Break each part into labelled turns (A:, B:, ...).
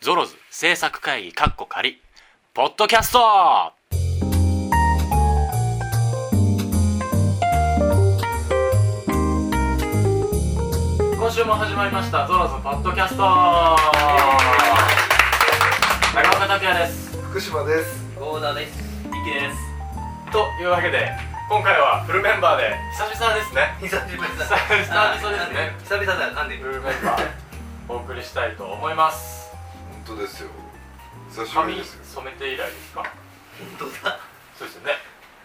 A: ゾロズ制作会議カッコ仮ポッドキャスト今週も始まりましたゾロズポッドキャスト中岡拓也です
B: 福島です。
C: ゴーダです。
A: 一輝ですというわけで今回はフルメンバーで久々ですね
C: 久々だ。
A: 久々ですね
C: 久々だ。なんで。
A: フルメンバーお送りしたいと思います
B: 本当ですよ。久しぶ
A: 髪
B: りですよ。
A: 染めて以来ですか
C: 本当だ。
A: そうですよね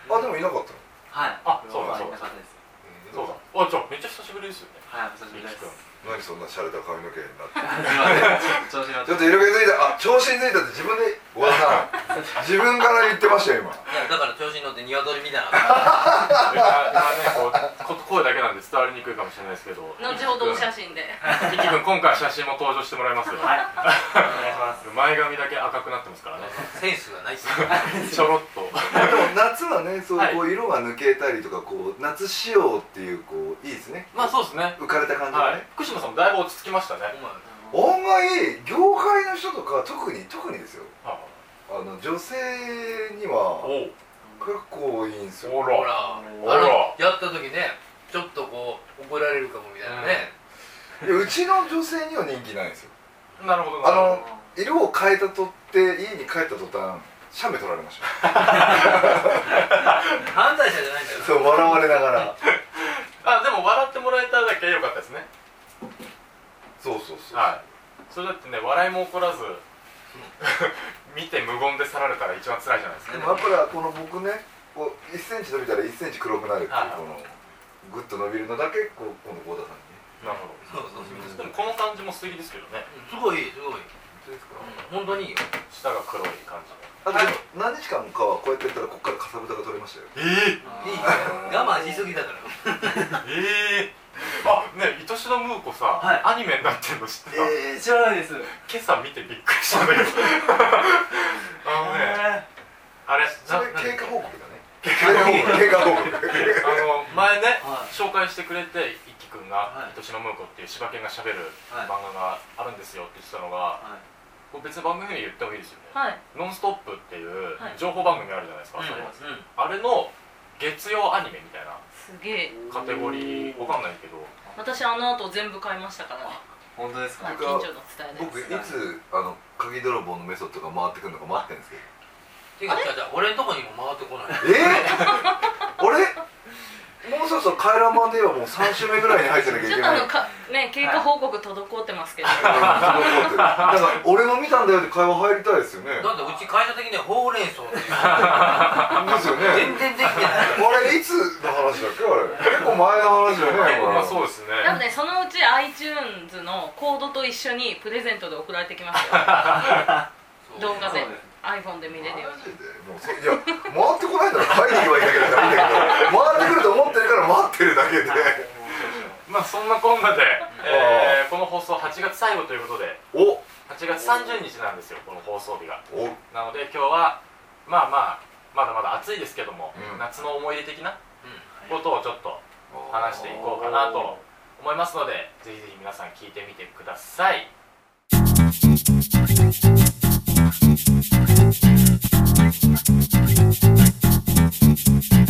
B: あ、でもいなかったの。
C: はい。
A: あそうだそう
C: いな
A: だ
C: かったです。
A: そうだあじゃあめっちゃ久しぶりですよね
C: はい、お久しぶ りです。
B: う
C: すい
B: ん。何そんな洒落た髪の毛になっ て。
C: ません。調子乗っ
B: ち
C: て
B: ょっと色気づいた。あ、調子についたって自分で。小田さん。 自分から言ってましたよ今。
C: いや、 だから調子に乗って鶏みたいな。
A: いやねこうこ声だけなんで伝わりにくいかもしれないですけど
D: 後ほどお写真で
A: 一輝君今回写真も登場してもらいますよはい
C: お願いしま
A: 前髪だけ赤くなってますからね
C: す。センスがないっす。
A: ちょろっと
B: でも夏はね、そう
A: はい
B: こう色が抜けたりとか、こう夏仕様っていうこういいですね。
A: まあそうですね
B: 浮かれた感じが
A: は
B: ね
A: い。福島さんもだいぶ落ち着きましたね
C: お
B: 案外業界の人とか特に特にですよ。
A: あ
B: あの女性に
A: あ
B: は
A: おう
B: 結構いいんですよ。
A: お
C: 前。ほ
A: ら
C: ら。
A: ほら
C: あのやった時ね、ちょっとこう怒られるかもみたいなね。
B: いやうちの女性には人気ないんですよ。
A: なるほどな
B: あ
A: るほ
B: の色を変えたとって家に帰った途端写メ撮られました
C: 犯罪者じゃないんだよ。
B: そう笑われながら
A: どあでも笑ってもらえただけ良かったですね
B: そうそうそう
A: はいそれだってね笑いも起こらず 見て無言で去られたら一番辛いじゃないですか
B: でもやっぱりこの僕ねこう1センチ伸びたら1センチ黒くなるっていう
A: はい
B: このグッと伸びるのだけこうこの郷田さんにね
A: なるほど
C: そうそう
A: でもこの感じも素敵ですけどね
C: すごい、すごい。
B: そうですか
C: 本当にいいよ。
A: 下が黒い感じ
B: あとでも何日間かはこうやってやったらこっからかさぶたが取れましたよ
A: でええ
C: いいよ。我慢しすぎだから。
A: ええあねえ愛しのムーコさ、
E: はい
A: アニメになってるの知ってた、
E: えー、知らないです
A: 今朝見てびっくりしたんだけどあのねあれ
B: それ
A: な
B: 経過報告だね経
A: 過報告
B: 過報告
A: あの前ね
E: は
A: 紹介してくれて一輝くんが
E: はい
A: 「愛しのムーコ」っていう柴犬がしゃべる
E: はい
A: 漫画があるんですよって言ってたのが、
E: はい
A: これ別に番組で言ってもいいですよね「
D: はい
A: ノンストップ!」っていう
D: はい
A: 情報番組あるじゃないですか、
C: うん
A: 朝のやつ
C: うん
A: あれの月曜アニメみたいな
D: すげえ
A: カテゴリーわかんないけど
D: 私あの後全部買いましたからね
E: 本当ですか
D: はい
B: 僕
D: 近
B: は
D: 所の伝え で
B: 僕いつあの鍵泥棒のメソッドが回ってくるのか待ってるんですけど
C: てか、じゃあじゃあ俺のとこにも回ってこない。
B: えー、あれもうそろそろ回覧版ではもう3週目ぐらいに入ってなきゃい
D: ちょ
B: け
D: っとあ
B: ない
D: のかね経過報告滞ってますけど、
B: うんだから俺も見たんだよって会話入りたいですよね
C: だってうち会社的にはほうれん草っていう
B: ですよ
C: 全
B: ね
C: 然できてない
B: あれいつの話だっけあれ結構前の話だよね
A: 結構まあ
B: こ
A: そうですね
D: 多分ねそのうち iTunes のコードと一緒にプレゼントで送られてきますよ 動画で
E: そうです
D: iPhone で見
B: れ
D: れるよ
B: マ
D: う
B: ジ
D: に
B: でもうそいや回ってこないなら帰りに行けばいいだけだからいいんだけど回ってくると思ってるから待ってるだけで
A: まあそんなこんなで、えーこの放送8月最後ということで
B: お
A: 8月30日なんですよこの放送日が
B: お
A: なので今日はまあまあまだまだ暑いですけども、
B: うん
A: 夏の思い出的な
C: う
A: ことをちょっと話していこうかなと思いますのでぜひぜひ皆さん聞いてみてください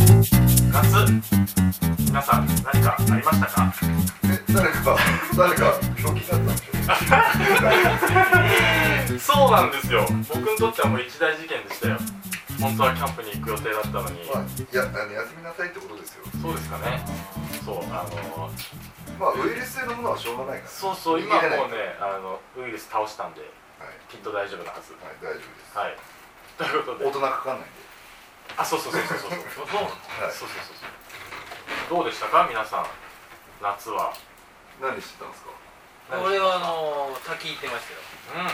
A: 夏皆さん何かありましたか
B: え誰か誰か病気になったんでしょ
A: そうなんですよ僕にとってはもう一大事件でしたよ本当はキャンプに行く予定だったのに、
B: まあいやあの休みなさいってことですよ
A: そうですかねそうあの
B: まあウイルス性のものはしょうがないから
A: そうそう今もうねあのウイルス倒したんで
B: はい
A: きっと大丈夫なはず
B: はい、大丈夫です。
A: はいということ
B: 大
A: で
B: 人かかんないんで。
A: あそうそうそうそうそうそうそうそう
B: はい。
A: そうそうどうでしたか皆さん夏は
B: 何してたんですか。
C: ん俺はあのー、滝行ってましたよ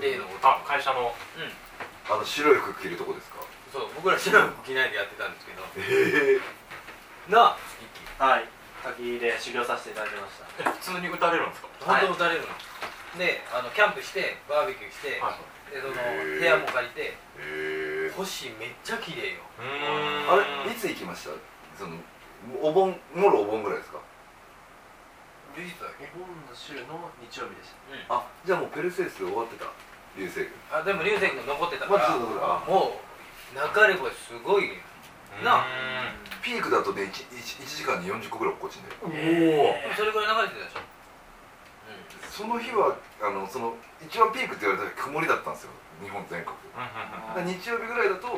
A: うん
C: 例のこと
A: あ会社の
C: うん
B: あの白い服着るとこですか。
C: そう僕ら白い服着ないでやってたんですけど
B: ええ
C: な
E: は
C: あ
E: い滝で修行させていただきました
A: え普通に打たれるんですか
C: 本当打たれるの、であのキャンプしてバーベキューして、
A: はい
C: でその
B: へー
C: 部屋も借りて
B: え
C: 星めっちゃ綺麗よ
A: うー
B: あれ、
A: ん
B: いつ行きました。その、お盆、もろお盆ぐらいですか。
C: 充実だっけ
E: お盆の週の日曜日でし
B: あ、じゃあもうペルセウス終わってた。流星群
C: あでも流星君残ってたか
B: まあ
C: ら
B: そうそうそうあ
C: もう中ればすごいよな
B: ピークだとね 1, 時間に40個ぐらい落っこちんで
A: うーんお
C: そ
A: お
C: れぐらい流れてたでしょ
B: その日はあのその一番ピークって言われた時曇りだったんですよ日本全国だから日曜日ぐらいだと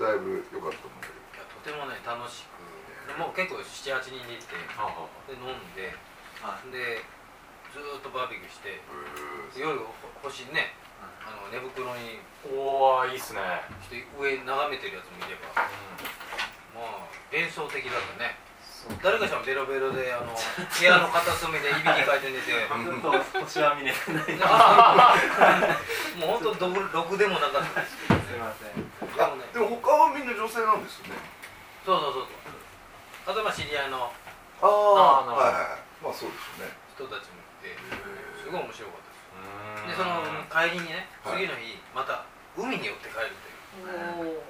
B: だいぶ良かったと思うんだけ
C: いやとてもね楽しくもう結構78人で行ってで飲んで
E: は
C: でずーっとバーベキューして
B: ど
C: 夜ほ星ねあの寝袋に
A: おーいいっすね、
C: して上眺めてるやつもいればまあ幻想的だったね誰かしらベロベロであの部屋の片隅でいびきかいて寝て
E: いちょっと星は見れてないすい
C: もう本当どぶろくでもなかったですけどね
E: ません
C: でもね
B: でも他はみんな女性なんですよね
C: そうそうそうそう例えば知り合いの
B: ああ
A: あーな
B: はいはいはいまあ
A: るほど
B: そうでしょうね
C: 人たちもいてすごい面白かった
A: うん
C: ですでその帰りにね
B: はい
C: 次の日また海に寄って帰るという
D: おお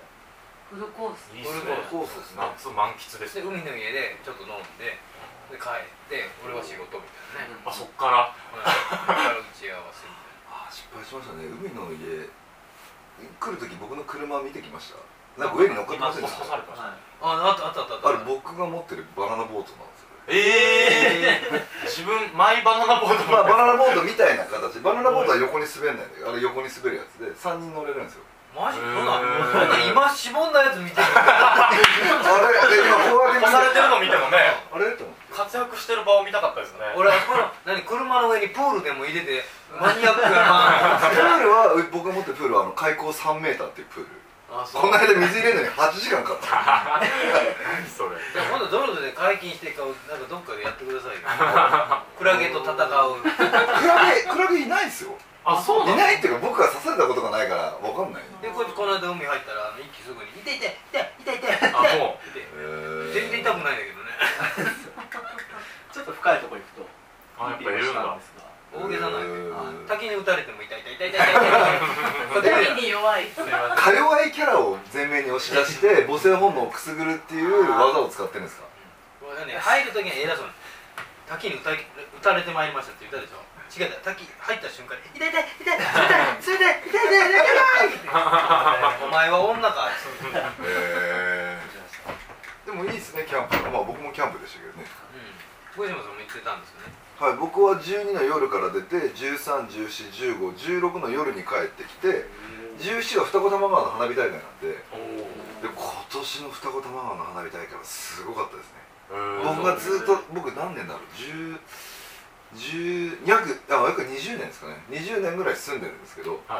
D: フルコース
A: いいっすね
C: これこう
A: 夏満喫です
C: で海
A: ね
C: の家でちょっと飲んでで帰って俺は仕事みたいなね
A: あそっから
C: うん打ち合わせみたい
B: ああ
C: な
B: 失敗しましたね海の家来る時僕の車見てきましたなんか上に乗っかって
A: 今
B: ませ
A: 刺
B: ん
A: さ
B: でした
A: れてました
E: は
C: ああったあったあっ
B: あ
C: た
B: れ
C: あった
B: 僕が持ってるバナナボートなんですよ
A: ええ 自分マイバナナボート
B: まあ、バナナボートみたいな形バナナボートは横に滑んないんだけどあれ横に滑るやつで3人乗れるんですよ
C: マジそんなん
A: へー
C: そんなん今しぼんだやつ見てる
B: あれで今こうやって
A: こ
B: 見
A: されて
B: て
A: るの見てもね
B: あれと思って
A: 活躍してる場を見たかったですね
C: 俺あそこの何車の上にプールでも入れ てマニアックやな
B: プールはう僕が持ってるプールはあの開口3メーターっていうプール
C: あそう
B: この間水入れるのに8時間かかった
A: 何それ
C: で今度ドルで解禁してかなんかどっかでやってくださいよクラゲと戦う
B: クラゲクラゲいないですよ
A: あそう
B: いないっていうか僕が刺されたことがないから分かんない
C: でこいつこの間海入ったらあの一気すぐに「痛い痛い痛い痛い痛い
A: あ
C: 痛い
A: も
C: 痛い」全
B: 全
C: 然痛くないんだけどね
E: い ちょっと深いとこ行くと
A: うあやっぱいるんだ
E: すが
C: 大げさない
B: い
C: 滝に打たれても痛い痛い痛い痛い痛い 痛い痛い
D: 海に弱い
A: すいま
B: か弱いキャラを前面に押し出して母性本能をくすぐるっていう技を使ってるんですか
C: これね入る時に偉そうに「滝に打たれ打たれてまいりました」って言ったでしょ違うだ滝入った瞬間に「痛い痛い痛い痛い痛い痛い痛い痛い痛い痛い痛い痛い」お前は女か」
B: へーでもいいですねキャンプまあ僕もキャンプでしたけどね
C: うん 小島さんも言ってたんですよね
B: はい僕は12の夜から出て13141516の夜に帰ってきて17は二子玉川の花火大会なんでで
A: せん
B: 今年の二子玉川の花火大会はすごかったですね
A: おー
B: 僕がずっと僕何年だろう10 10約あ約20年ですかね20年ぐらい住んでるんですけど
A: は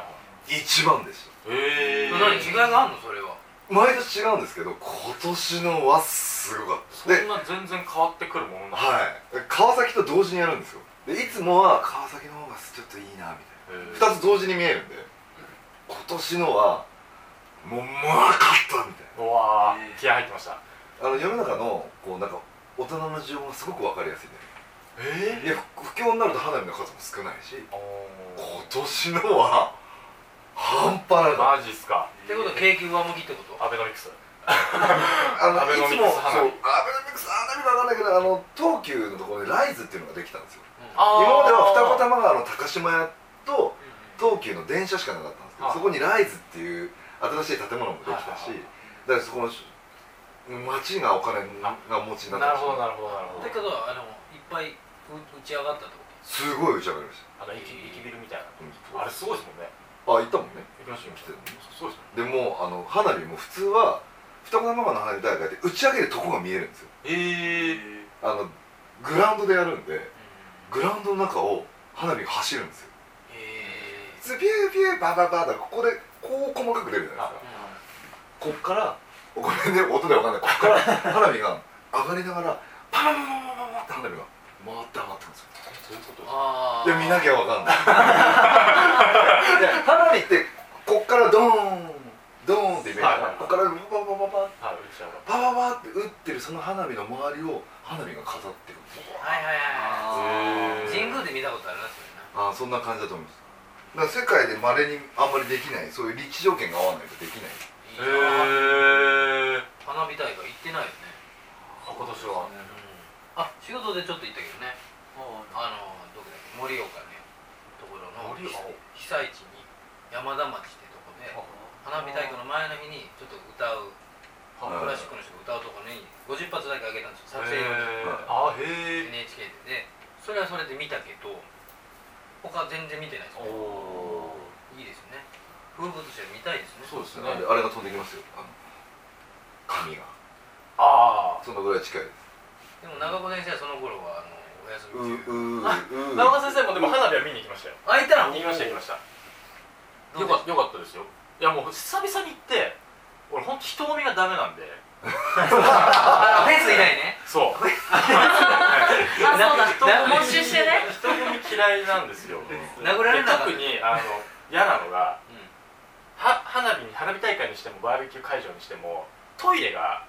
A: い
B: 一番でした
A: ええ
C: 何違いがあんのそれは
B: 毎年違うんですけど今年のはすごかった
A: そ
B: で
A: んな全然変わってくるものなの
B: はい川崎と同時にやるんですよでいつもは川崎の方がちょっといいなみ
A: へー
B: たいな2つ同時に見えるんで今年のはもうまあ勝ったみたいう
A: わー気合入ってました
B: なあの世の中のこうなんか大人の事情がすごく分かりやすいね
A: え
B: いや不不況になると花火の数も少ないし
A: お
B: 今年のは半端な
A: ー
B: かっ
A: マジっすか
C: ってことは景気上向きってこと
A: アベノミクス
B: たあの
A: アベノ
B: い
A: ミ
B: つ
A: ク
B: も
A: ス花火
B: そうアベノミクス花火かわかんないけどあの東急のところでライズっていうのができたんですよ
A: あー
B: 今までは二子玉川の高島屋と
C: うんうん
B: 東急の電車しかなかったんですけど、
A: はい
B: そこにライズっていう新しい建物もできたし、
A: はい
B: だからそこの町がお金が持ちになった
A: なる
B: ん
A: ほどなるほどなるほ
C: だ
A: ど
C: けどあのいっぱい打ち上がったってこ
B: ですよすごい打ち上がりまし
A: あの駅駅ビルみたいな
B: た、
A: あれすごいですもんね
B: あ行ったもんね
A: 行きました行きましたすごいですもん
B: でもあの花火も普通は二子玉川の花火大会で打ち上げるとこが見えるんですよ
A: ええ
B: あのグラウンドでやるんで
C: と
B: グラウンドの中を花火が走るんですよ
C: へ
B: 普通ピューピューバーバーバーだからここでこう細かく出るじゃないですかこ
C: え
B: っからこれね音でわかんないこっから花火が上がりながらパラパラパラパラパラって花火が回って上がってくるんですよ
A: そういうこと
C: あ
B: いや見なきゃわかんな いいや花火ってこっからドーンドーンってイメージだから
A: はいはいはい
B: こっからパパパパパ
A: はい打ち上がる
B: パパパって打ってるその花火の周りを花火が飾ってるんですよ
C: はいはいは
A: あ
C: い
A: ー
C: 神宮で見たことあるなそれ
B: あ
C: な
B: あそんな感じだと思いますだから世界でまれにあんまりできないそういう立地条件が合わないとできない
A: へ
C: いいな
A: え
C: 花火大会行ってないよね
A: 今年は
C: あ仕事でちょっと行ったけどね
E: あ
C: あのどこだっけ盛岡ねところの
A: 盛岡
C: 被災地に山田町っていうとこで花火大会の前の日にちょっと歌う
B: はい
C: クラシックの人が歌うとこに50発だけあげたんですよ撮
A: へ
C: 影用に
A: えあへえ
C: NHK でねそれはそれで見たけど他全然見てないです
A: お
C: ね
A: お
C: いいですね風物詩は見たいですね
B: そうですね
A: ね
B: あれあれが飛んできますよあの髪が
A: あ
B: そのぐらい近いです
C: でも長子先生はその頃はあのお休
B: うう
C: み中
B: うう
A: あ長岡先生もでも花火は見に行きましたよ
C: あいたら
A: 行きました行きました
C: ど
A: よ
C: うで
A: か
C: す
A: よかったですよいやもう久々に行って俺本当人混みがダメなんで
C: あフェンスいないね
A: そう
D: あそうだ
A: 人混
D: 募
A: み
D: 集してね
A: 人混み嫌いなんですよ
C: 殴られなかった
A: で特にあの嫌なのが
C: うん
A: は花火に花火大会にしてもバーベキュー会場にしてもトイレが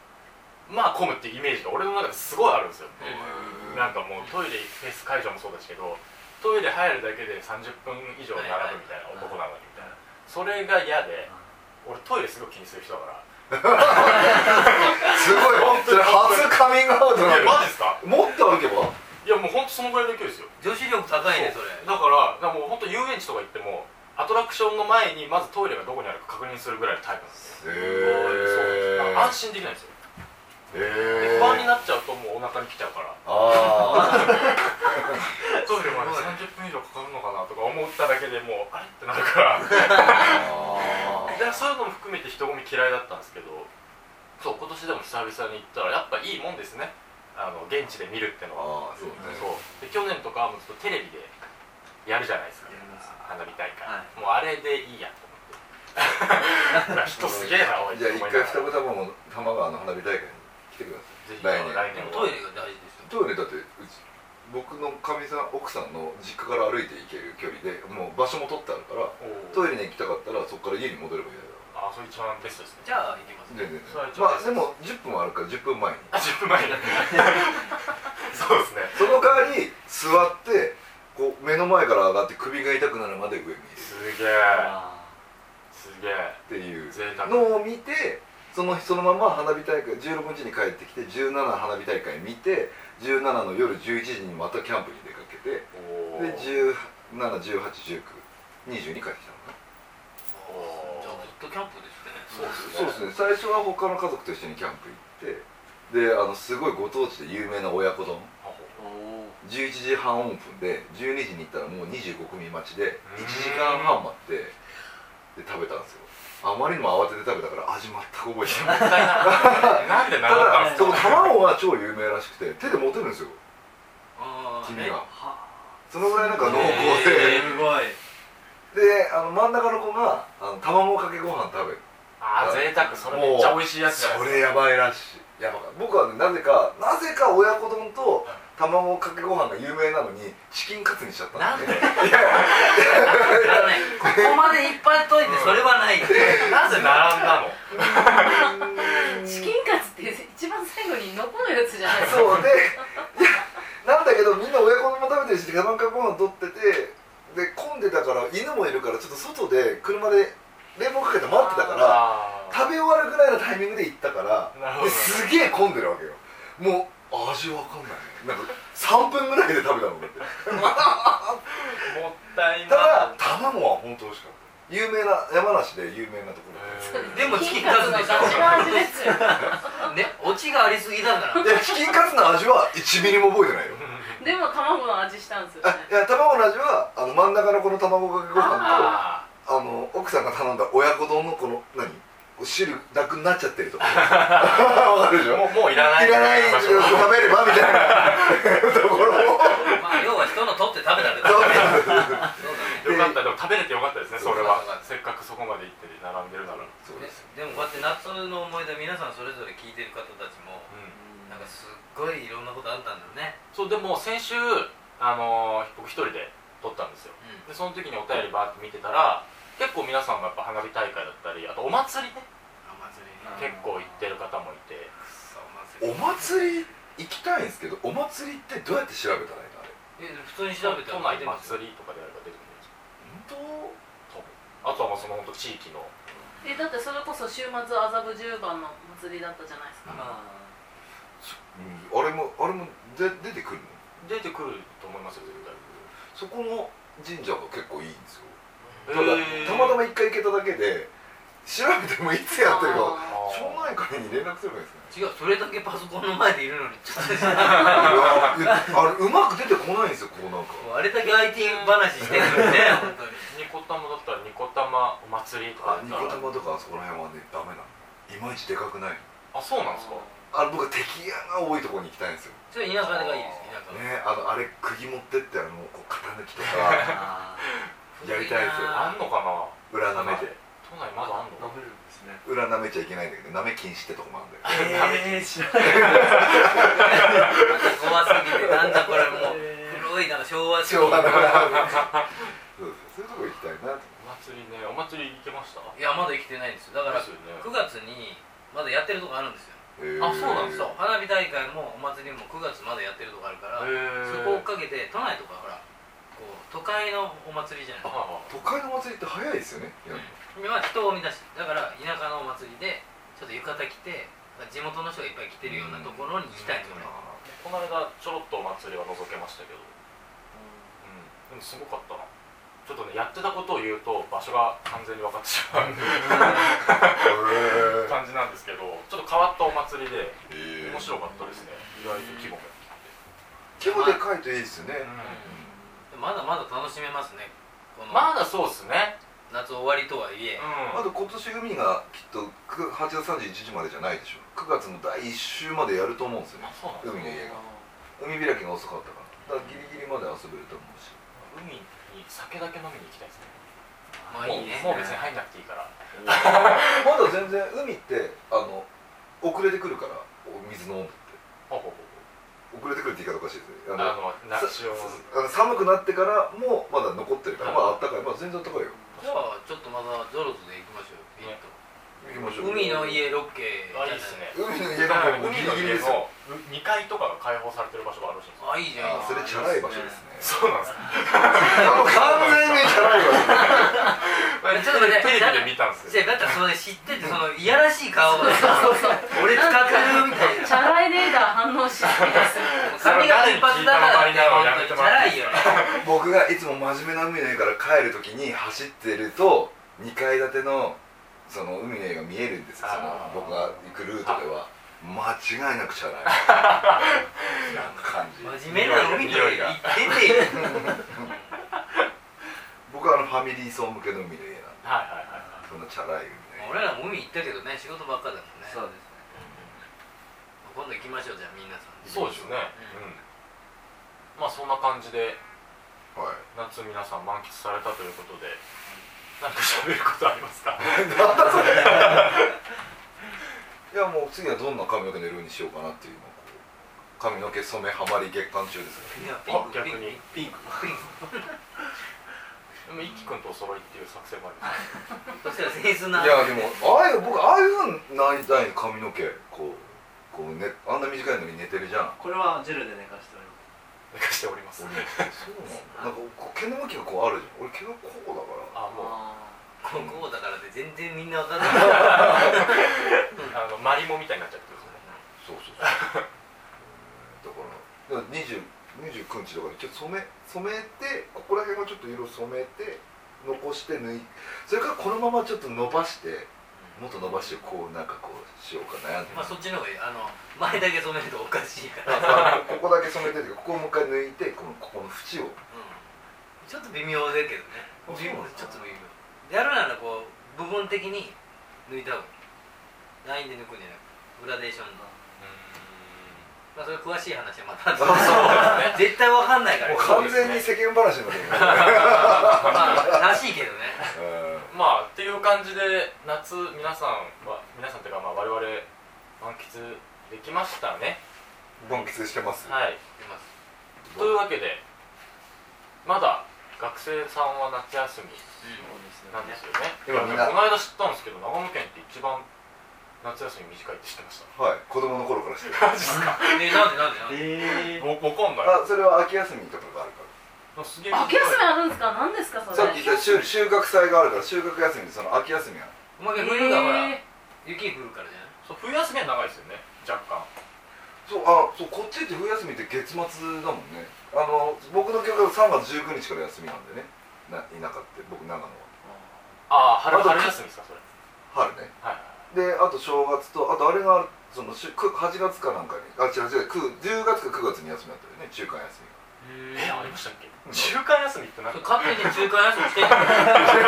A: まあ混むっていうイメージが俺の中ですごいあるんですよ、なんかもうトイレフェス会場もそうですけどトイレ入るだけで30分以上並ぶみたい
E: はい
A: な
E: はい
A: 男なのにみたいなそれが嫌で俺トイレすごい気にする人だから
B: すごいそれ初カミングアウトない
A: や
B: の
A: マジですか
B: もっと歩けば
A: いやもう本当そのぐらいの勢いですよ
C: 女子力高いねそれ
A: だからだからもう本当遊園地とか行ってもアトラクションの前にまずトイレがどこにあるか確認するぐらいのタイプなんです
B: へ
A: そうなん
B: え
A: か安心できないんですよで不安になっちゃうともうお腹にきちゃうから
B: あ
A: トイレまで30分以上かかるのかなとか思っただけでもうあれってなるからだか
B: ーあ
A: らそういうのも含めて人混み嫌いだったんですけどそう今年でも久々に行ったらやっぱいいもんですねあの現地で見るってのは
B: あーそうね
A: そうで去年とかはもうずっとテレビでやるじゃないですか
E: やります
A: 花火大会、
E: は
A: もうあれでいいやと思って人すげえなおい
B: じゃあ一
A: と
B: 回
A: 思いながら
B: 二子玉も玉川の花火大会に来てください
A: ぜひ
B: 来年
A: 来
C: で
A: 年
C: も
A: は
C: トイレが大事ですよ
B: トイレだってうち僕のかみさん奥さんの実家から歩いて行ける距離でもう場所も取ってあるから
A: おー
B: トイレに行きたかったらそこから家に戻ればいいだよ
A: あそれ一番ベストですね
C: じゃあ行きます
B: 全然
A: それは一
B: まあ
A: 番
B: でも10分はあるから10分前に
A: あ10分前にそうですね
B: その代わり座ってこう目の前から上がって首が痛くなるまで上にいる
A: すげえ
E: あ
A: すげえ
B: っていう
A: 贅沢
B: のを見てそのそのまま花火大会16日に帰ってきて17花火大会見て17の夜11時にまたキャンプに出かけて
A: おー
B: で17181920に帰ってきたのかな
A: おー
C: じゃあずっとキャンプですね
A: そう
B: そう
A: ですね
B: ですね最初は他の家族と一緒にキャンプ行ってであのすごいご当地で有名な親子丼
A: あほ
E: ーおー
B: 11時半オープンで12時に行ったらもう25組待ちで1時間半待ってで食べたんですよあまりにも慌てて食べたから味全く覚えて ない
A: なん
B: た
A: でなかった
B: だ
A: んで
B: そ
A: すか
B: の卵は超有名らしくて手で持てるんですよ
C: ああ
B: 黄身
C: ね
B: が
E: は
B: そのぐらいなんか濃厚
E: え
B: で
E: ーすごい
B: であの真ん中の子があの卵かけご飯食べる
A: あー贅沢それめっちゃ美味しいやつじゃない
B: そ
A: ですか
B: れやばいらしいやばかった僕はねなぜかなぜか親子丼と卵かけご飯が有名なのにチキンカツにしちゃった
C: なん
B: ん
C: で
B: で
C: いやねここまでいっぱい解いてそれはないよ
A: なぜ並んだの
D: チキンカツって一番最後に残るやつじゃないですか
B: そうでいやなんだけどみんな親子丼も食べてるし卵かけご飯取っててで混んでたから犬もいるからちょっと外で車で冷房かけて待ってたから
A: あ
B: 食べ終わるぐらいのタイミングで行ったから
A: なるほど
B: ですげえ混んでるわけよもう味わかんないなんか3分ぐらいで食べたのだって
A: ーもったい
B: た
A: な
B: だ卵は本当美味しかった有名な山梨で有名なところ
A: い
C: でもチキンカツでし
D: のガチの
C: ょ
D: 味で すよ
C: ねオチがありすぎだから
B: いやチキンカツの味は1ミリも覚えてないよ
D: でも卵の味したんですよね
B: あいや卵の味はあの真ん中のこの卵かけご飯と
A: あ
B: あの奥さんが頼んだ親子丼のこの何汁なくなっちゃってるとこわかるでし
A: ー
B: ょ
A: もうもういらない
B: いらない
A: 場
B: 食
A: 所
B: べればみたいなところを
C: まあ要は人の取って食べたってこと
B: どう
C: ね
B: ぞ
C: そうだね
A: よかったでも食べれてよかったですねそれは
C: そうそうそう
A: せっかくそこまで行って並んでるならうん
B: そうです
C: でもこうやって夏の思い出皆さんそれぞれ聞いてる方たちもなんかすっごいいろんなことあったんだよね
A: そうでも先週あのー僕一人で撮ったんですよ
C: う
A: でその時にお便りバーって見てたら結構皆さんがやっぱ花火大会だったりあとお祭りね
C: お祭り
E: うん
A: 結構行ってる方もいて
C: くそ
B: お
C: お祭り
B: 祭り行きたいんですけどお祭りってどうやって調べたらいいのあれ
C: え普通に調べた
A: 都
C: ら
A: 内
C: 出てますよ
A: 祭りとかであれば出てくるんですよ
B: 本
A: 多分あとはもうその本当地域の
D: えだってそれこそ週末麻布十番の祭りだったじゃないですか
E: あ
B: 当、うん、あれもあれもで出てくるの
A: 出てくると思いますよ絶対
B: そこの神社が結構いいんですよ
A: へー
B: ただたまたま1受けただけで調べてもいつやってるか
D: あ
A: あー
B: しょうもないからに連絡すればいい ですね
C: 違うそれだけパソコンの前でいるのにちょっと
B: いやいやあれうまく出てこないんですよこうなんか
C: あれだけ IT 話してるのにね本当に
A: ニコタマだったらニコタマお祭りとか
B: あ
A: だっ
B: ニ
A: たら
B: コ玉とかあそこら辺はねダメなのいまいちでかくない
A: あそうなんですか
B: あの僕は敵屋が多いところに行きたいんですよ
C: それ田舎がいいです田舎
B: ねあのあれ釘持ってってあのこう型抜きと か
E: あ
B: やりたいですよ
A: あんのかな
B: 裏舐めて
A: 都内まだあん
E: ー
A: の
E: 飲めるんですね
B: 裏舐めちゃいけないんだけど舐め禁止ってとこもあるん だよ
E: えー、知らない
C: なんか 怖すぎてなんだこれもう古いなんか昭和
B: 昭和の裏
C: い
B: そうそうそういうとこ行きたいなと
A: お祭りねお祭り行けました
C: やまだ生きてないんですよだから
A: ですよね
C: 9月にまだやってるとこあるんですよ
B: へー
A: あそうなんです
C: そう花火大会もお祭りも9月まだやってるとこあるから
A: へ
C: そこを追っかけて都内とかほらこう都会のお祭りじゃないですか
A: は
B: 都会の祭りって早いですよねやっぱ
C: 今は人を生み出してだから田舎のお祭りでちょっと浴衣着て地元の人がいっぱい来てるようなところに行きたいと思う
A: あこの間ちょろっとお祭りは覗けましたけどうんでもすごかったなちょっとねやってたことを言うと場所が完全に分かってしまう
B: へ
A: 感じなんですけどちょっと変わったお祭りで
B: ー
A: 面白かったですね意外と規模が
B: 規模でかいといいですよね
C: まだまだ楽しめますねこの
A: まだそうですね
C: 夏終わりとはいえ、
B: まだ今年組がきっとく8月31日までじゃないでしょ9月の第1週までやると思うんですよね
A: あそうなん
B: 海の
A: です
B: 家が海開きが遅かったからだからギリギリまで遊べると思うし
A: 海に酒だけ飲みに行きたいですね
C: まあいいね
A: もうもう別に入んなくていいから
B: まだ全然海ってあの遅れてくるからお水の温度って
A: ほうほうほう
B: 遅れてくるって言い方おかしいですね
A: あ
B: あの
A: の夏用の
B: さあの寒くなってからもまだ残ってるからまだあったかいまだ全然あったかいよ
C: じゃあちょっとまだゾロズで行きましょうよ、
A: ね
B: 行きましょう
C: 海の家ロケ
A: あいいですね
B: 海の家
A: 海
B: の方も
A: の
B: ギリギリ
A: 家
B: ですよ
A: の2階とかが開放されてる場所があるらしいんですよ
C: あいいじゃんいい
B: あそれ
C: じゃん
B: チャラい場所ですね
A: そうなんですか
B: もう完全にチャラい場所
C: やちょっとね
A: テレビで見たんです
C: じ
A: よ
C: ゃあだったらそれ知っててそのいやらしい顔で俺使ってるみたい
D: ー
C: な
D: チャラいレーダー反応しないです
C: 髪が金髪だからって本当にチャラいよね
B: 僕がいつも真面目な海の家から帰る時に走ってると2階建てのその海の家が見えるんですよそ
A: あ
B: の
A: ー
B: 僕が行くルートでは間違いなくチャラいなんか感じ
C: 真面目な海の家行っててよ
B: 僕はあのファミリー層向けの海の家なんで
A: はいはいはいはい
B: そんなチャラい海の家
C: 俺らも海行ったけどね仕事ばっかだもんね
E: そうですね
C: 今度行きましょうじゃあみんなさんで
A: そうですよね
C: う
A: うんまあそんな感じで
B: はい
A: 夏皆さん満喫されたということで何か喋ることあります か
B: いやもう次はどんな髪の毛の色にしようかなっていうのをこう髪の毛染めハマり月間中ですから
C: いやピン
A: あ
C: ク
A: 逆
C: ピンク
A: に
E: ピンク
C: ピン
A: でも一輝くんとお揃いっていう作戦もありま
C: クそし
A: す
C: たら清楚ない
B: やでもああいう僕ああいうふうになりたいの髪の毛こうこう、ね、あんな短いのに寝てるじゃん
E: これはジェルで寝かしておりま
A: 寝かしております
B: 俺そうなんだなんかこう毛の向きがこうあるじゃん俺毛がこうだから
A: あ
E: す
A: もう
C: ここだからって全然みんなわかんない
A: あのマリモみたいになっちゃってるんで
B: そう
A: すね
B: そうそうえーだからだから20 29日とかにちょっと染め染めてここら辺はちょっと色染めて残して縫いそれからこのままちょっと伸ばしてもっと伸ばしてこうなんかこうしようか悩んで
C: まあそっちの方がいいあの前だけ染めるとおかしいから
B: ここだけ染めてるけどここをもう一回抜いてこのここの縁を
C: ちょっと微妙だけどね
B: あそうなんだ
C: ちょっと微妙やるならこう部分的に抜いた方がいいラインで抜くんじゃなくグラデーションのまあそれ詳しい話はまた後で絶対わかんないか
B: も
C: ら
B: う完全に世間話になってるからね
C: まあらしいけどね
B: うん
A: まあっていう感じで夏皆さんは皆さんというかまあ我々満喫できましたね
B: 満喫してます
A: はい
C: 出ます
A: というわけでまだ学生さんは夏休み
E: そう
A: な
E: んで
A: ですす
E: ね
B: 今
A: よねこ
B: み
A: の
B: んな
A: 間知ったんですけど長野県って一番夏休み短いって知ってました
B: はい子供の頃からしてる
C: えなんでなんでなんで
E: えー、
A: 僕わかんない
B: あそれは秋休みとかがあるから
A: すげえ短い
D: 秋休みあるんですか何ですかそれ
B: さっき言った修修学祭があるから修学休みでその秋休みは
C: お前冬がほ
D: へ
C: ら
D: ー
C: 雪降るからじゃない
A: そう冬休みは長いですよね若干
B: そうあそうこっちって冬休みって月末だもんねあの僕の教科は3月19日から休みなんでねな田舎って僕長野は
E: あ
A: ああ春
B: あと
A: 春休みですかそれ
B: 春ね
A: はい
B: であと正月とあとあれがそのしく8月かなんかにあ違う違うく10月か9月に休みだったよね中間休みが
A: えありましたっけ
B: うん
A: 中間休みってな ん
F: それ
A: か
F: 勝手に中間休みしてんの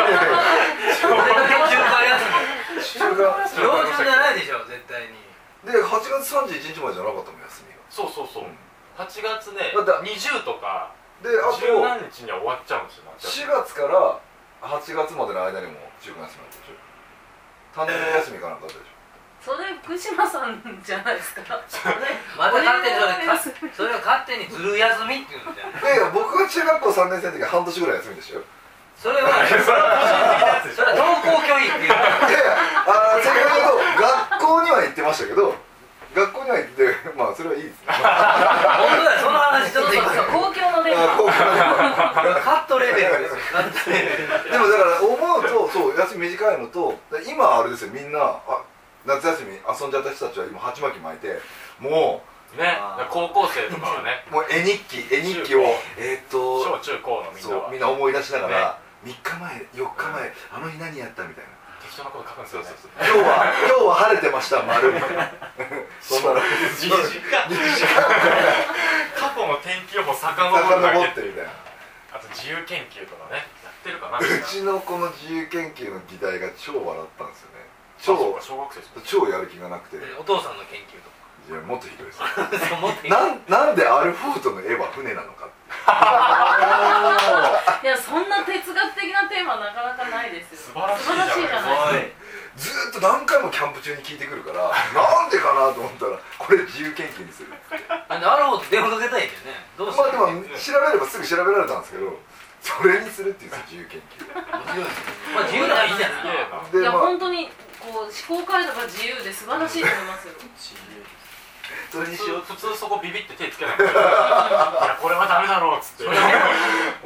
B: 中間
C: 俺だけ中間休み標準じゃないでしょ絶対に
B: で8月31日までじゃなかったもん休みが
A: そうそうそ
B: う
A: う
B: ん
A: 8月ね
B: だって
A: 20とか
B: であ
A: 十
B: と
A: 何日には終わっちゃうんですよな
B: 4月から8月までの間にも中間休みだったでしょ単年休みかなんかあったでし
D: それ福島さんじゃな いですかそれ
F: また勝手に
D: 俺が
F: それそれを勝手にずる休みって言うんだよ
B: ょで僕が中学校3年生の時は半年ぐらい休みでしたよ
F: それは それは登校拒否っていう
B: いやいやあーそれは学校には行ってましたけど学校には行って まあそれはいいです
F: 本
B: ね
F: 当だよその話ち
D: そ
F: ょっ
D: う
F: と
D: そう
F: 今
D: そう公共の電
B: あー
D: 波
B: 高校の時は
F: カットレベルですよカットレベル
B: でもだから思うとそう休み短いのと今あれですよみんなあ夏休み遊んじゃった人たちは今鉢巻き巻いても
A: ね
F: あー
A: だから高校生とかはね
B: うもう絵日記絵日記をえーっと
A: 小中高のみんな
B: そう
A: は
B: みんな思い出しながら、3日前4日前あの日何やったみたいな
A: 適当なこと書くんですよね
B: 今日は今日は晴れてました丸みたいな そんなの
A: 時間過去の天気予報遡るだ
B: 遡って
A: け
B: みたいな
A: あと自由研究とかねやってるかなみんな
B: うちのこの自由研究の議題が超笑ったんですよね
A: あそう
B: 超
A: か小学生ですもんね
B: 超やる気がなくてい
C: お父さんの研究とか
B: やもっとひどいです
F: そう思って
B: なんなんでアルフォートの絵は船なのか
D: いやそんな哲学的なテーマなかなかないですよ
A: 素晴らしいじゃない
D: 素
E: おい
B: ずー
D: 晴らしいじゃない
B: っと何回もキャンプ中に聞いてくる からなんでかなと思ったらこれ自由研究にする
F: あなるほど電話かけたいんだよねどうし
B: ま
F: た
B: あでも調べればすぐ調べられたんですけどそれにするっていう自由研究
F: まあ自由ならいいじゃ
A: す
F: な
A: げ
F: い
A: え
B: で
D: や
A: ない
B: まあ
D: 本当にこう思考回路が自由で素晴らしいと思いますよ
B: それに
A: 普
B: しよう
A: 通普通そこビビって手つけないからいやこれはダメだろうっつっても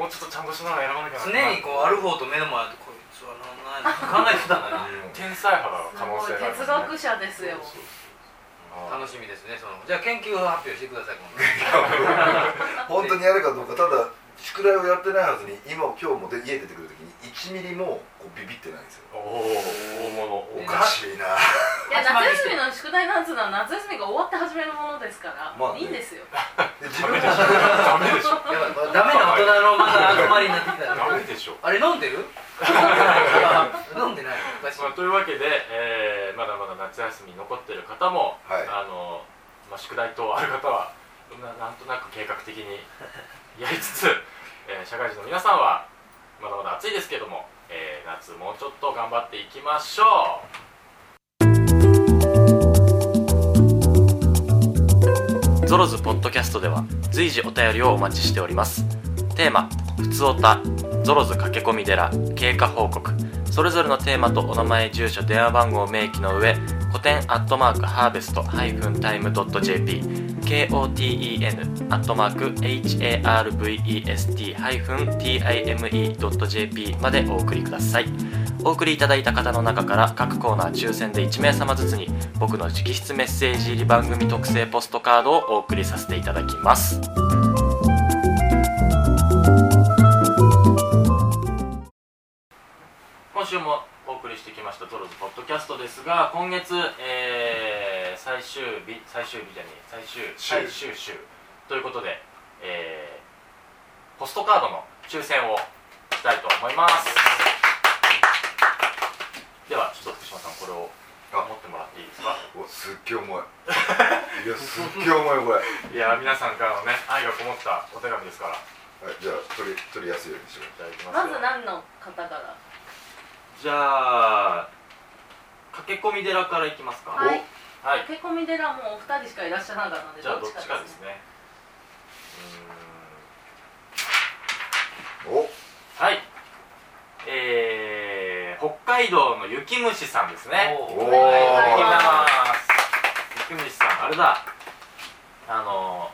A: うちょっとちゃんとしながら選ばなきゃな
F: 常にこうアルフォーと目の前でこいつはなんもないな考えてたんだね
A: 天才肌の
D: す
A: 可能
D: ご
A: 性
D: い
A: がある
D: 哲学者ですよ
A: あ
F: 楽しみですねそのじゃあ研究を発表してください今度
B: 本当にやるかどうかただ宿題をやってないはずに今今日もで家出てくるときに1ミリもこうビビってないんですよ
A: おお大物
B: おかしい ない
D: や夏休みの宿題なんつうのは夏休みが終わって始めるものですから、
B: まあね
D: いいんですよ
B: で自分で調べ
A: ダメでしょ
F: やばいま あダメな大人のまだ集まりになってきた
A: ダ
F: ら
A: メでしょ
F: あれ飲んでる 飲んでないおかしい
A: まあ、というわけで、えーまだまだ夏休み残ってる方も、
B: はい
A: あのまあ、宿題等ある方はななんとなく計画的 にやりつつ、えー社会人の皆さんはまだまだ暑いですけども、えー夏もうちょっと頑張っていきましょうゾロズポッドキャストでは随時お便りをお待ちしておりますテーマ「ふつおた」「ゾロズ駆け込み寺」「経過報告」それぞれのテーマとお名前住所電話番号を明記の上古典アットマークハーベストハイフンタイムドット JP KOTEN アットマーク HARVEST ハイフン TIME ドット JP までお送りくださいお送りいただいた方の中から各コーナー抽選で1名様ずつに僕の直筆メッセージ入り番組特製ポストカードをお送りさせていただきます今週もお送りしてきました「トロズポッドキャスト」ですが今月、えー最終日最終日じゃねえ最終
B: 週
A: 最終週ということで、えーポストカードの抽選をしたいと思いますではちょっと福島さんこれを
B: あ
A: 持ってもらっていいですか
B: おすっげえ重いいやすっげえ重いこれ
A: いや皆さんからのね愛がこもったお手紙ですから
B: は
A: い
B: い、じゃあ取り取りやすいようにしよ
A: ただきます
D: ま
A: よ
D: ず何の方から
A: じゃあ駆け込み寺からいきますか
D: はい
A: はい
D: 駆け込み寺もお二人しかいらっしゃらなかったので
A: じゃあど
D: ど
A: っ
D: っち
A: ちか
D: か
A: で
D: ですすね
A: ね
B: うお
A: うーんはいえー、北海道の雪虫さんですね
B: お
F: お
B: お
F: ー
B: ー
A: はいいただき
D: お
A: ます雪虫さんあれだあの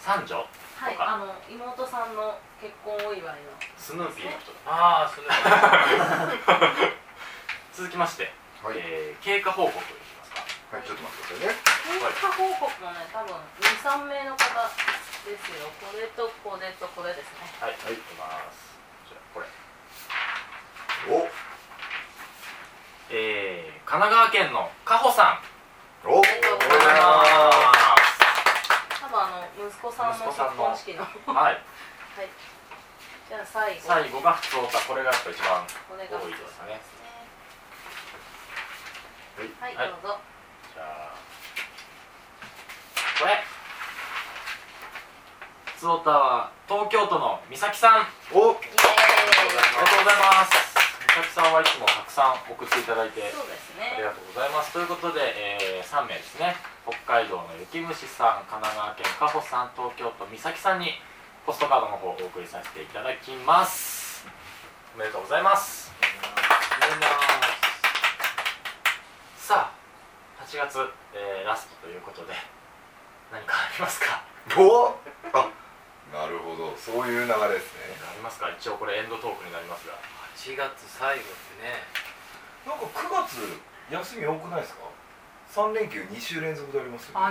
A: 三女
D: はい
A: とか
D: あの妹さんの結婚お祝いの
A: スヌーピーの人だ
F: ああそれ
A: 続きまして、
B: はい、
A: えー経過報告いきますか
B: はい、ちょっと待ってくださいね
D: 経過報告もね多分23名の方ですよこれとこれとこれですね
A: はい、はい、いきますじゃあこれ
B: お
A: 神奈川県のかほさん
B: おお
D: りがとうご
A: おめでとうございます
D: 多分あの息子さんの
A: 息子
D: 結
A: さんの
D: 婚式の
A: はい
D: じゃあ最後
A: 最後が普通歌これがやっぱ一番
D: お願いし
A: 多いで
D: ます
A: すね
B: はい
D: はい、
A: はい
D: どうぞ
A: じゃあこれ普通歌は東京都の美咲さん
B: お
D: イエ
A: ありがとうございます美咲さんはいつもたくさん送っていただいて
D: ーイそうです
A: ありが
D: ね
A: とうございます。ということで、え3名ですね。北海道の雪虫さん、神奈川県かほさん、東京都美咲さんにポストカードの方をお送りさせていただきます。おめでとうございます。さあ、8月、えーラストということで何かありますか？
B: おあなるほどそういう流れですね
A: ありますか？一応これエンドトークになりますが。
C: 8月最後ってね
B: なんか9月休み多くないですか3連休2週連続でありますよね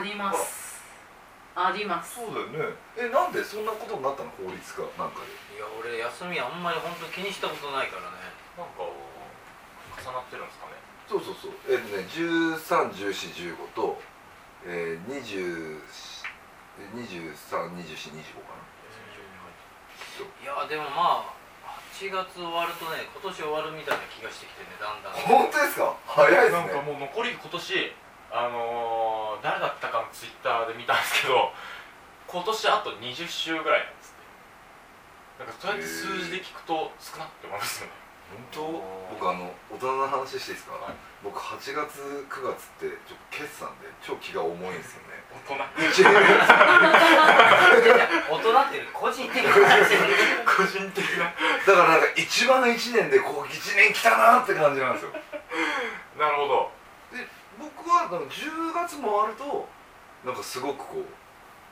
D: ありますあります
B: そうだよねえなんでそんなことになったの法律かなんかで
C: いや俺休みあんまり本当気にしたことないからね
A: なんか重なってるんですかね？
B: そうそうそうえっとね131415と、えー、20 232425か
C: いやでもまあ8月終わるとね今年終わるみたいな気がしてきてねだ んだん
B: な本当ですか早いです
A: なんか
B: ね
A: もう残り今年あのー、誰だったかのツイッターで見たんですけど今年あと20週ぐらいなんですってなんかそうやって数字で聞くと少なって思いますよね
B: 本当僕あの大人の話していいですか、
A: はい
B: 僕8月9月ってちょっと決算で超気が重いんですよね
A: 大人
B: 一年
C: 大人っていうより個人的な話で
A: 個人的な
B: だからなんか一番の1年でこう1年来たなって感じなんですよ
A: なるほど
B: で僕はなんか10月もあるとなんかすごくこう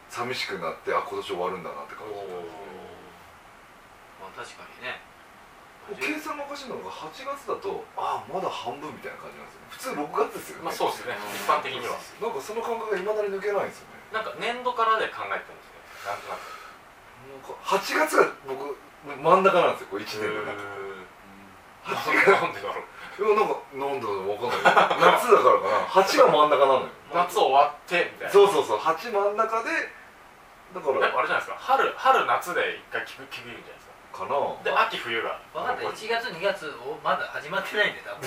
B: 寂しくなってあ今年終わるんだなって感じ
C: まあ確かにね
B: もう計算がおかしいのが8月だとああまだ半分みたいな感じなんですよね普通6月ですよね、
A: まあそうですね一般的には
B: なんかその感覚がいまだに抜けないんですよね
A: なんか年度からで考えてるんですねなんとなく
B: なんか8月が僕真ん中なんですよこう1年
A: う
B: の中で
A: ーんなんでだろう
B: でもなんかなんだろう分かんない夏だからかな8が真ん中なのよ
A: 夏終わってみたいな
B: そうそうそう8真ん中でだか
A: やっ
B: ら
A: ぱあれじゃないですか春春夏で一回聞く聞くんじゃないですか
B: かな
A: で秋冬が
C: 分かった1月2月おまだ始まってないんで多分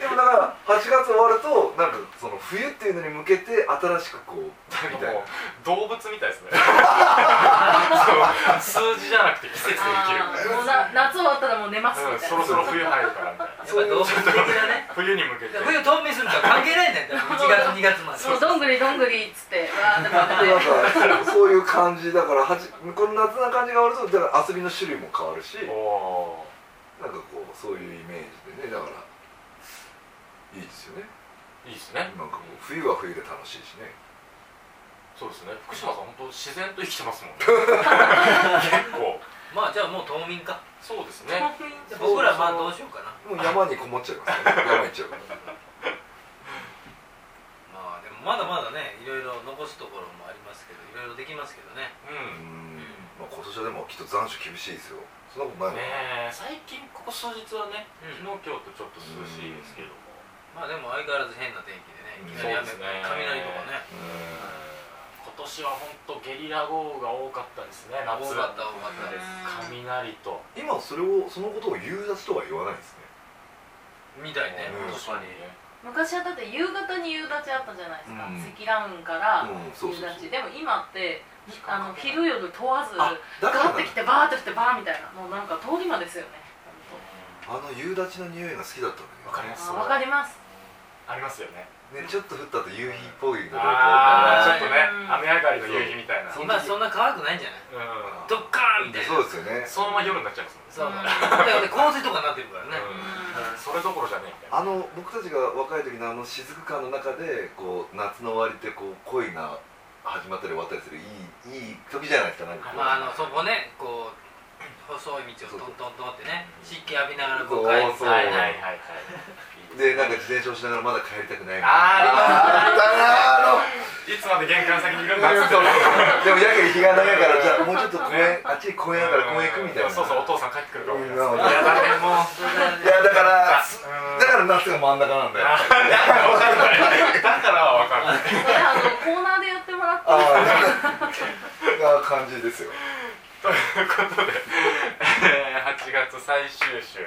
B: でもだから8月終わるとなんかその冬っていうのに向けて新しくこうみたいな
A: 動物みたいですねそう数字じゃなくて季節で
D: あ
A: 生き
D: ーもうな夏終わったらもう寝ます
A: る、うん、
D: みたい
A: そ
D: な、
A: ろそろ冬入るからみ
C: やっぱ
A: たいな
C: 動物的なね
A: 冬に向けて
C: 冬冬眠するのは関係ないんだよ1月2月まで
D: もうどんぐりどんぐりっつってわーって
B: で
D: 待っ
B: なん
D: て
B: かそうそういう感じだからはじこの夏な感じが終わるとだから遊びの種類も変わるしなんか
A: お
B: こうそういうイメージでねだからいいですよね
A: ーいいですね
B: なんかこう冬は冬で楽しいしね
A: そうですね福島さん本当自然と生きてますもんね結構
C: まあじゃあもう冬眠か
A: そうですね
C: で僕らまあどうしようかな
B: もう山にこもっちゃいますからね 山行っちゃうから
C: まあでもまだまだねいろいろ残すところもありますけどいろいろできますけどね
B: うん、ま
A: うん
B: あ、今年はでもきっと残暑厳しいですよそんなことないのかな
A: ねえ最近ここ数日はね
C: うん
A: 昨日今日とちょっと涼しいですけども
C: まあでも相変わらず変な天気でねいきなり
A: そうです
C: 雨、
A: ね
C: 雷とかね
A: うん今年は本当ゲリラ豪雨が多かったですね
C: 多
A: 夏
C: かった多かったです
A: 雷と
B: うん今それをそのことを夕立とは言わないですね
C: みたいね
B: うん
E: 確かに
D: 昔はだって夕方に夕立あったじゃないですか、
B: うん
D: 積乱雲から
B: うんそ
D: 夕
B: う
D: 立、
B: そうそう
D: でも今って
A: 時
D: あ
A: 間か
D: の
A: けない
D: 昼夜問わず
B: あだ
D: ガ
B: から
D: ーってきてバーってきてバーみたいなもうなんか通り魔ですよね
B: あの夕立の匂いが好きだったん
A: わ
B: だ
A: かり
D: あ
A: ま
D: ー
A: す
D: わかります
A: ありますよね
B: けどねちょっと降ったと夕日っぽいのでこう
A: あーちょっとね
D: うん
A: 雨上がりの夕日みたいな
B: そう
C: 今そんな乾くないんじゃない
A: ん
C: ドッカーンみたいな
B: そうですよね
A: そのまま夜になっちゃいますもんね
C: そうだか
D: うん
C: ら洪水とかになってるからね
A: うんそれどころじゃねえみたいな
B: あの僕たちが若い時のあの雫感の中でこう夏の終わりってこう恋が始まったり終わったりするいいいい時じゃないですかなんかこう、
C: まああのそこねこう細い道をトントントンってね湿気浴びながらこう帰
B: そう
C: る
A: はいはいはいはい
B: でなんか自転車をしながらまだ帰りたくないみたいな
A: あ
B: あ
A: ーいつまで玄関先にいるん
B: ーあの
A: だっつって
B: でもやけに日が長いからじゃあもうちょっと公園あっちに公園だから公園行くみたいな
A: そうそうお父さん帰ってくるか
B: う
A: もみ
B: ん
A: たい
B: い
A: な
B: や
A: やだねもう
C: あ
B: いやだからす
A: うん
B: だから夏が真ん中なんだよあ
A: だからわかんないだからはわかんない
D: これあのコーナーでやっても らって
B: あ な感じですよ
A: ということで、えー8月最終週、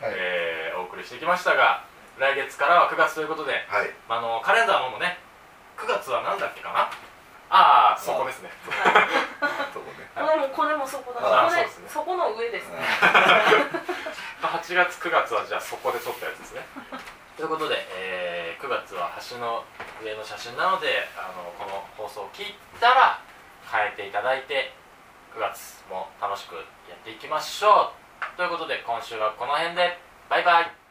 B: はい、
A: えーお送りしてきましたが来月からは9月ということで、
B: はい、
A: まあ、あのカレンダーもね9月は何だっけかなああそこですね
B: そこね
D: これもこれもそこだ
A: あ
D: これ
A: そうですね
D: そこの上ですね
A: 8月9月はじゃあそこで撮ったやつですね ということで、え9月は橋の上の写真なのであのこの放送を聞いたら変えていただいて9月も楽しくやっていきましょうということで今週はこの辺でバイバイ